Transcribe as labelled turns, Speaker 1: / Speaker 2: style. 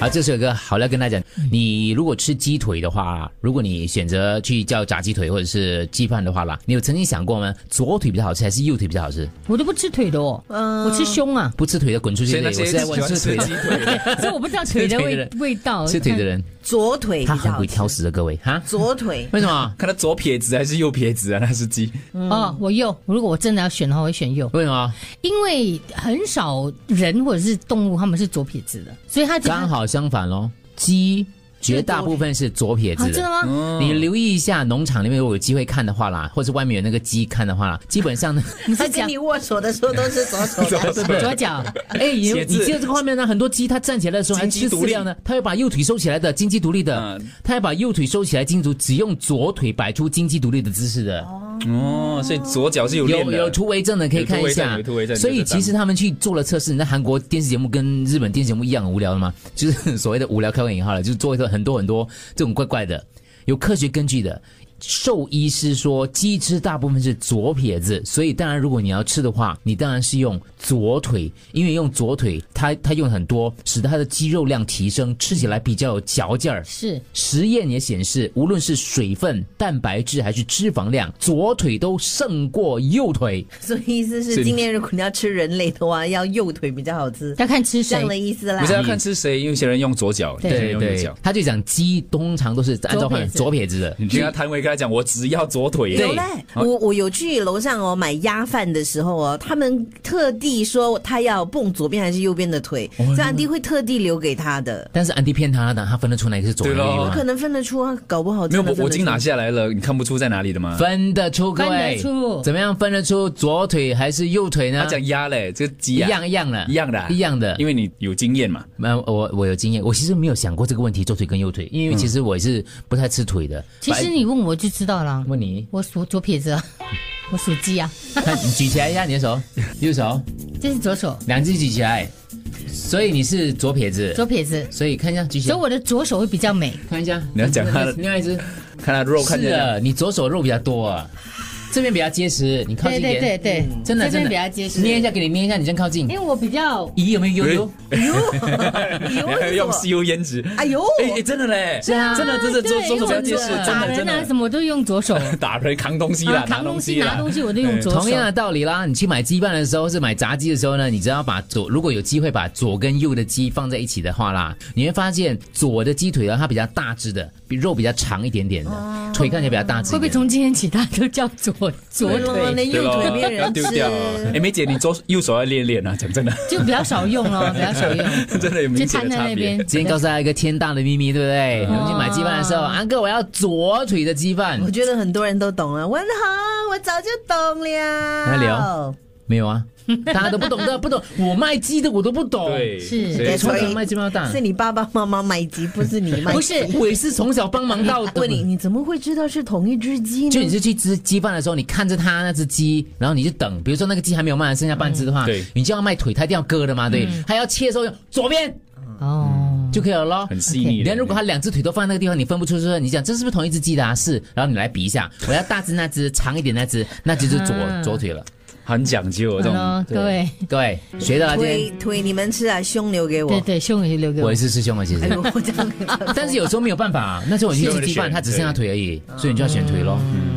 Speaker 1: 啊，这首歌好了，跟大家讲，你如果吃鸡腿的话，如果你选择去叫炸鸡腿或者是鸡饭的话啦，你有曾经想过吗？左腿比较好吃还是右腿比较好吃？
Speaker 2: 我都不吃腿的哦，我吃胸啊，
Speaker 1: 不吃腿的滚出去！
Speaker 3: 所以
Speaker 1: 我
Speaker 3: 那些
Speaker 1: 是在
Speaker 3: 喜
Speaker 1: 问
Speaker 3: 欢
Speaker 1: 吃
Speaker 3: 吃
Speaker 1: 腿的
Speaker 3: 鸡，腿 的，
Speaker 2: 所以我不知道腿的味
Speaker 1: 吃腿的人
Speaker 2: 味道。
Speaker 1: 吃腿的人
Speaker 4: 左腿比
Speaker 1: 他
Speaker 4: 较
Speaker 1: 很
Speaker 4: 好
Speaker 1: 会挑
Speaker 4: 吃，
Speaker 1: 食的，各位哈。
Speaker 4: 左 腿
Speaker 1: 为什么？
Speaker 3: 看他左撇子还是右撇子啊？那是鸡，
Speaker 2: 哦，我右，如果我真的要选的话，我会选右，
Speaker 1: 为什么？
Speaker 2: 因为很少人或者是动物他们是左撇子的，所以他
Speaker 1: 刚好相反咯，鸡绝大部分是嗯左撇
Speaker 2: 啊，
Speaker 1: 子
Speaker 2: 真的
Speaker 1: 的。
Speaker 2: 吗？
Speaker 1: 你留意一下，农场里面如果有机会看的话啦，或是外面有那个鸡看的话啦，基本上呢，
Speaker 2: 你
Speaker 4: 他
Speaker 2: 是
Speaker 4: 跟
Speaker 2: 讲
Speaker 4: 你握手的时候都 是左手的。
Speaker 2: 左脚？
Speaker 1: 哎，你
Speaker 3: 写
Speaker 1: 你
Speaker 3: 字
Speaker 1: 记得这个画面呢？很多鸡它站起来的时候还
Speaker 3: 金鸡
Speaker 1: 吃
Speaker 3: 独
Speaker 1: 饲
Speaker 3: 立
Speaker 1: 料呢，它会把右腿收起来的，金鸡独立的
Speaker 3: 嗯，
Speaker 1: 它要把右腿收起来，金足只用左腿摆出金鸡独立的姿势的。
Speaker 3: 哦，所以左脚是有练
Speaker 1: 有
Speaker 3: 的，
Speaker 1: 有突围症的可以看一下
Speaker 3: 有突围症有突围症，
Speaker 1: 所以其实他们去做了测试。你在韩国电视节目跟日本电视节目一样很无聊的吗？就是所谓的无聊开个引号了，就是做一个很多很多这种怪怪的，有科学根据的。兽医师说，鸡只大部分是左撇子，所以当然如果你要吃的话，你当然是用左腿，因为用左腿它它用很多，使得它的肌肉量提升，吃起来比较有嚼劲儿。
Speaker 2: 是
Speaker 1: 实验也显示，无论是水分、蛋白质还是脂肪量，左腿都胜过右腿。
Speaker 4: 所以意思
Speaker 3: 是
Speaker 4: 是，今天如果你要吃人类的话，要右腿比较好吃，
Speaker 2: 要看吃
Speaker 4: 这样的
Speaker 2: 谁。
Speaker 4: 意思啦
Speaker 3: 不是。啊要看吃谁，有些人用左哎脚，有些人用右脚。
Speaker 1: 他就讲鸡通常都是按照
Speaker 2: 左
Speaker 1: 换
Speaker 2: 撇子
Speaker 1: 左撇子的，
Speaker 3: 你去他摊位跟他讲，我只要左腿。啊
Speaker 4: 有嘞，
Speaker 3: 哦
Speaker 4: 我我有去楼上哦买鸭饭的时候哦，他们特地说他要蹦左边还是右边的腿，
Speaker 3: 哦
Speaker 4: 这安迪会特地留给他的，
Speaker 1: 但是安迪骗他的，他分得出哪个是左
Speaker 3: 对
Speaker 1: 哪个
Speaker 3: 咯
Speaker 1: 右
Speaker 3: 啊
Speaker 4: 可
Speaker 1: 吗？
Speaker 4: 能分得出啊，搞不好
Speaker 3: 没有，
Speaker 4: 真的
Speaker 3: 我
Speaker 4: 分
Speaker 3: 我已
Speaker 4: 得
Speaker 3: 经拿
Speaker 4: 出。
Speaker 3: 下来了，你看不出在哪里的吗？
Speaker 1: 分得出，各
Speaker 2: 分
Speaker 1: 位
Speaker 2: 得出
Speaker 1: 怎么样分得出左腿还是右腿呢？
Speaker 3: 他讲鸭嘞，这个
Speaker 1: 一
Speaker 3: 鸡啊，
Speaker 1: 样一样的，
Speaker 3: 一样的啊
Speaker 1: 一样的，
Speaker 3: 因为你有经验嘛。
Speaker 1: 那我我有经验，我其实没有想过这个问题，左腿跟右腿，因为其实我也是不太吃腿的。
Speaker 2: 其实你问我就知道了，
Speaker 1: 问你，
Speaker 2: 我属左撇子啊，我属鸡啊，
Speaker 1: 看你举起来一下你的手，右手，
Speaker 2: 这是左手，
Speaker 1: 两只举起来，所以你是左撇子，
Speaker 2: 左撇子，
Speaker 1: 所以看一下举起
Speaker 2: 所
Speaker 1: 来
Speaker 2: 以，我的左手会比较美。
Speaker 1: 看一下，
Speaker 3: 你要讲他的
Speaker 1: 另外一只，
Speaker 3: 看他肉看起
Speaker 1: 是
Speaker 3: 来
Speaker 1: 啊，你左手肉比较多啊，这边比较结实，你靠近
Speaker 2: 对
Speaker 1: 一点，嗯
Speaker 2: 对对对，
Speaker 1: 真的
Speaker 2: 这
Speaker 1: 真
Speaker 2: 边
Speaker 1: 的
Speaker 2: 比较结实。
Speaker 1: 捏一下，给你捏一下，你先靠近
Speaker 2: 因，为我比较
Speaker 1: 咦，有没有悠悠？
Speaker 3: 像，你还用西欧胭脂。
Speaker 4: 哎呦，
Speaker 3: 哎哎，真的嘞，
Speaker 1: 是啊
Speaker 3: 真的真的
Speaker 2: 对
Speaker 3: 左左手比较
Speaker 2: 因为
Speaker 3: 结
Speaker 2: 我
Speaker 3: 实，
Speaker 2: 打
Speaker 3: 真的真
Speaker 2: 人啊什
Speaker 3: 的。
Speaker 2: 么都用左手，啊
Speaker 3: 打人扛东西啦，
Speaker 2: 扛东西
Speaker 3: 啦
Speaker 2: 拿东西我都用左手。
Speaker 1: 同啊样的道理啦，你去买鸡饭的时候，是买炸鸡的时候呢，你只要把左，如果有机会把左跟右的鸡放在一起的话啦，你会发现左的鸡腿啊，它比较大只的，比肉比较长一点点的，腿看起来比较大只一
Speaker 2: 哦会不会
Speaker 1: 点。
Speaker 2: 从今天起大家都叫左左
Speaker 4: 对咯
Speaker 2: 腿，
Speaker 4: 那右腿没
Speaker 3: 要
Speaker 4: 有人
Speaker 3: 丢
Speaker 4: 吃，
Speaker 3: 掉。哎，梅姐，你左右手要练练啊，讲真的，
Speaker 2: 就比较少用咯，比较少用，
Speaker 3: 真的有
Speaker 2: 就
Speaker 3: 明显
Speaker 2: 摊
Speaker 3: 的
Speaker 2: 在
Speaker 3: 差
Speaker 2: 那
Speaker 3: 别
Speaker 2: 边。。
Speaker 1: 今天告诉大家一个天大的秘密，对不对？你们
Speaker 3: 嗯
Speaker 1: 去买鸡饭的时候，安哥，我要左腿的鸡饭
Speaker 4: 我，觉得很多人都懂了。文豪，我早就懂了。
Speaker 1: 来
Speaker 3: 哦
Speaker 1: 聊没有啊？大家都不懂的，不懂，我卖鸡的我都不懂。
Speaker 3: 哦对，
Speaker 2: 是
Speaker 3: 所以
Speaker 4: 对
Speaker 1: 从
Speaker 4: 所以
Speaker 1: 小卖鸡饭大
Speaker 4: 是，你爸爸妈妈买鸡，不是你卖鸡。
Speaker 2: 不是
Speaker 1: 我也是从小帮忙到的
Speaker 4: 问。 你，你怎么会知道是同一只鸡呢？
Speaker 1: 就你是去吃鸡饭的时候，你看着他那只鸡，然后你就等，比如说那个鸡还没有卖，剩下半只的话，
Speaker 3: 嗯对
Speaker 1: 你就要卖腿，他一定要割的嘛，对，
Speaker 4: 嗯
Speaker 1: 他要切的时候用左边
Speaker 2: 哦，
Speaker 1: 就可以了咯。
Speaker 3: 很细腻的。
Speaker 1: 然后如果他两只腿都放在那个地方，你分不出是不是？你讲这是不是同一只鸡的啊？是，然后你来比一下，我要大只那只，长一点那只，那只 就是左
Speaker 2: 啊
Speaker 1: 左腿了。
Speaker 3: 很哦讲究这
Speaker 2: 好
Speaker 3: 种
Speaker 2: 咯，各位，
Speaker 1: 各位学到了今
Speaker 4: 腿
Speaker 1: 天，
Speaker 4: 腿你们吃啊，胸留给我。
Speaker 2: 对对，胸也留给
Speaker 1: 我
Speaker 2: 我
Speaker 1: 也。是师兄啊，其
Speaker 4: 哎
Speaker 1: 实，
Speaker 4: 呦，我这样
Speaker 1: 但是有时候没有办法，那时候我去吃鸡
Speaker 3: 是有
Speaker 1: 饭，
Speaker 3: 的选
Speaker 1: 他只剩下腿而已，所以你就要选腿咯。嗯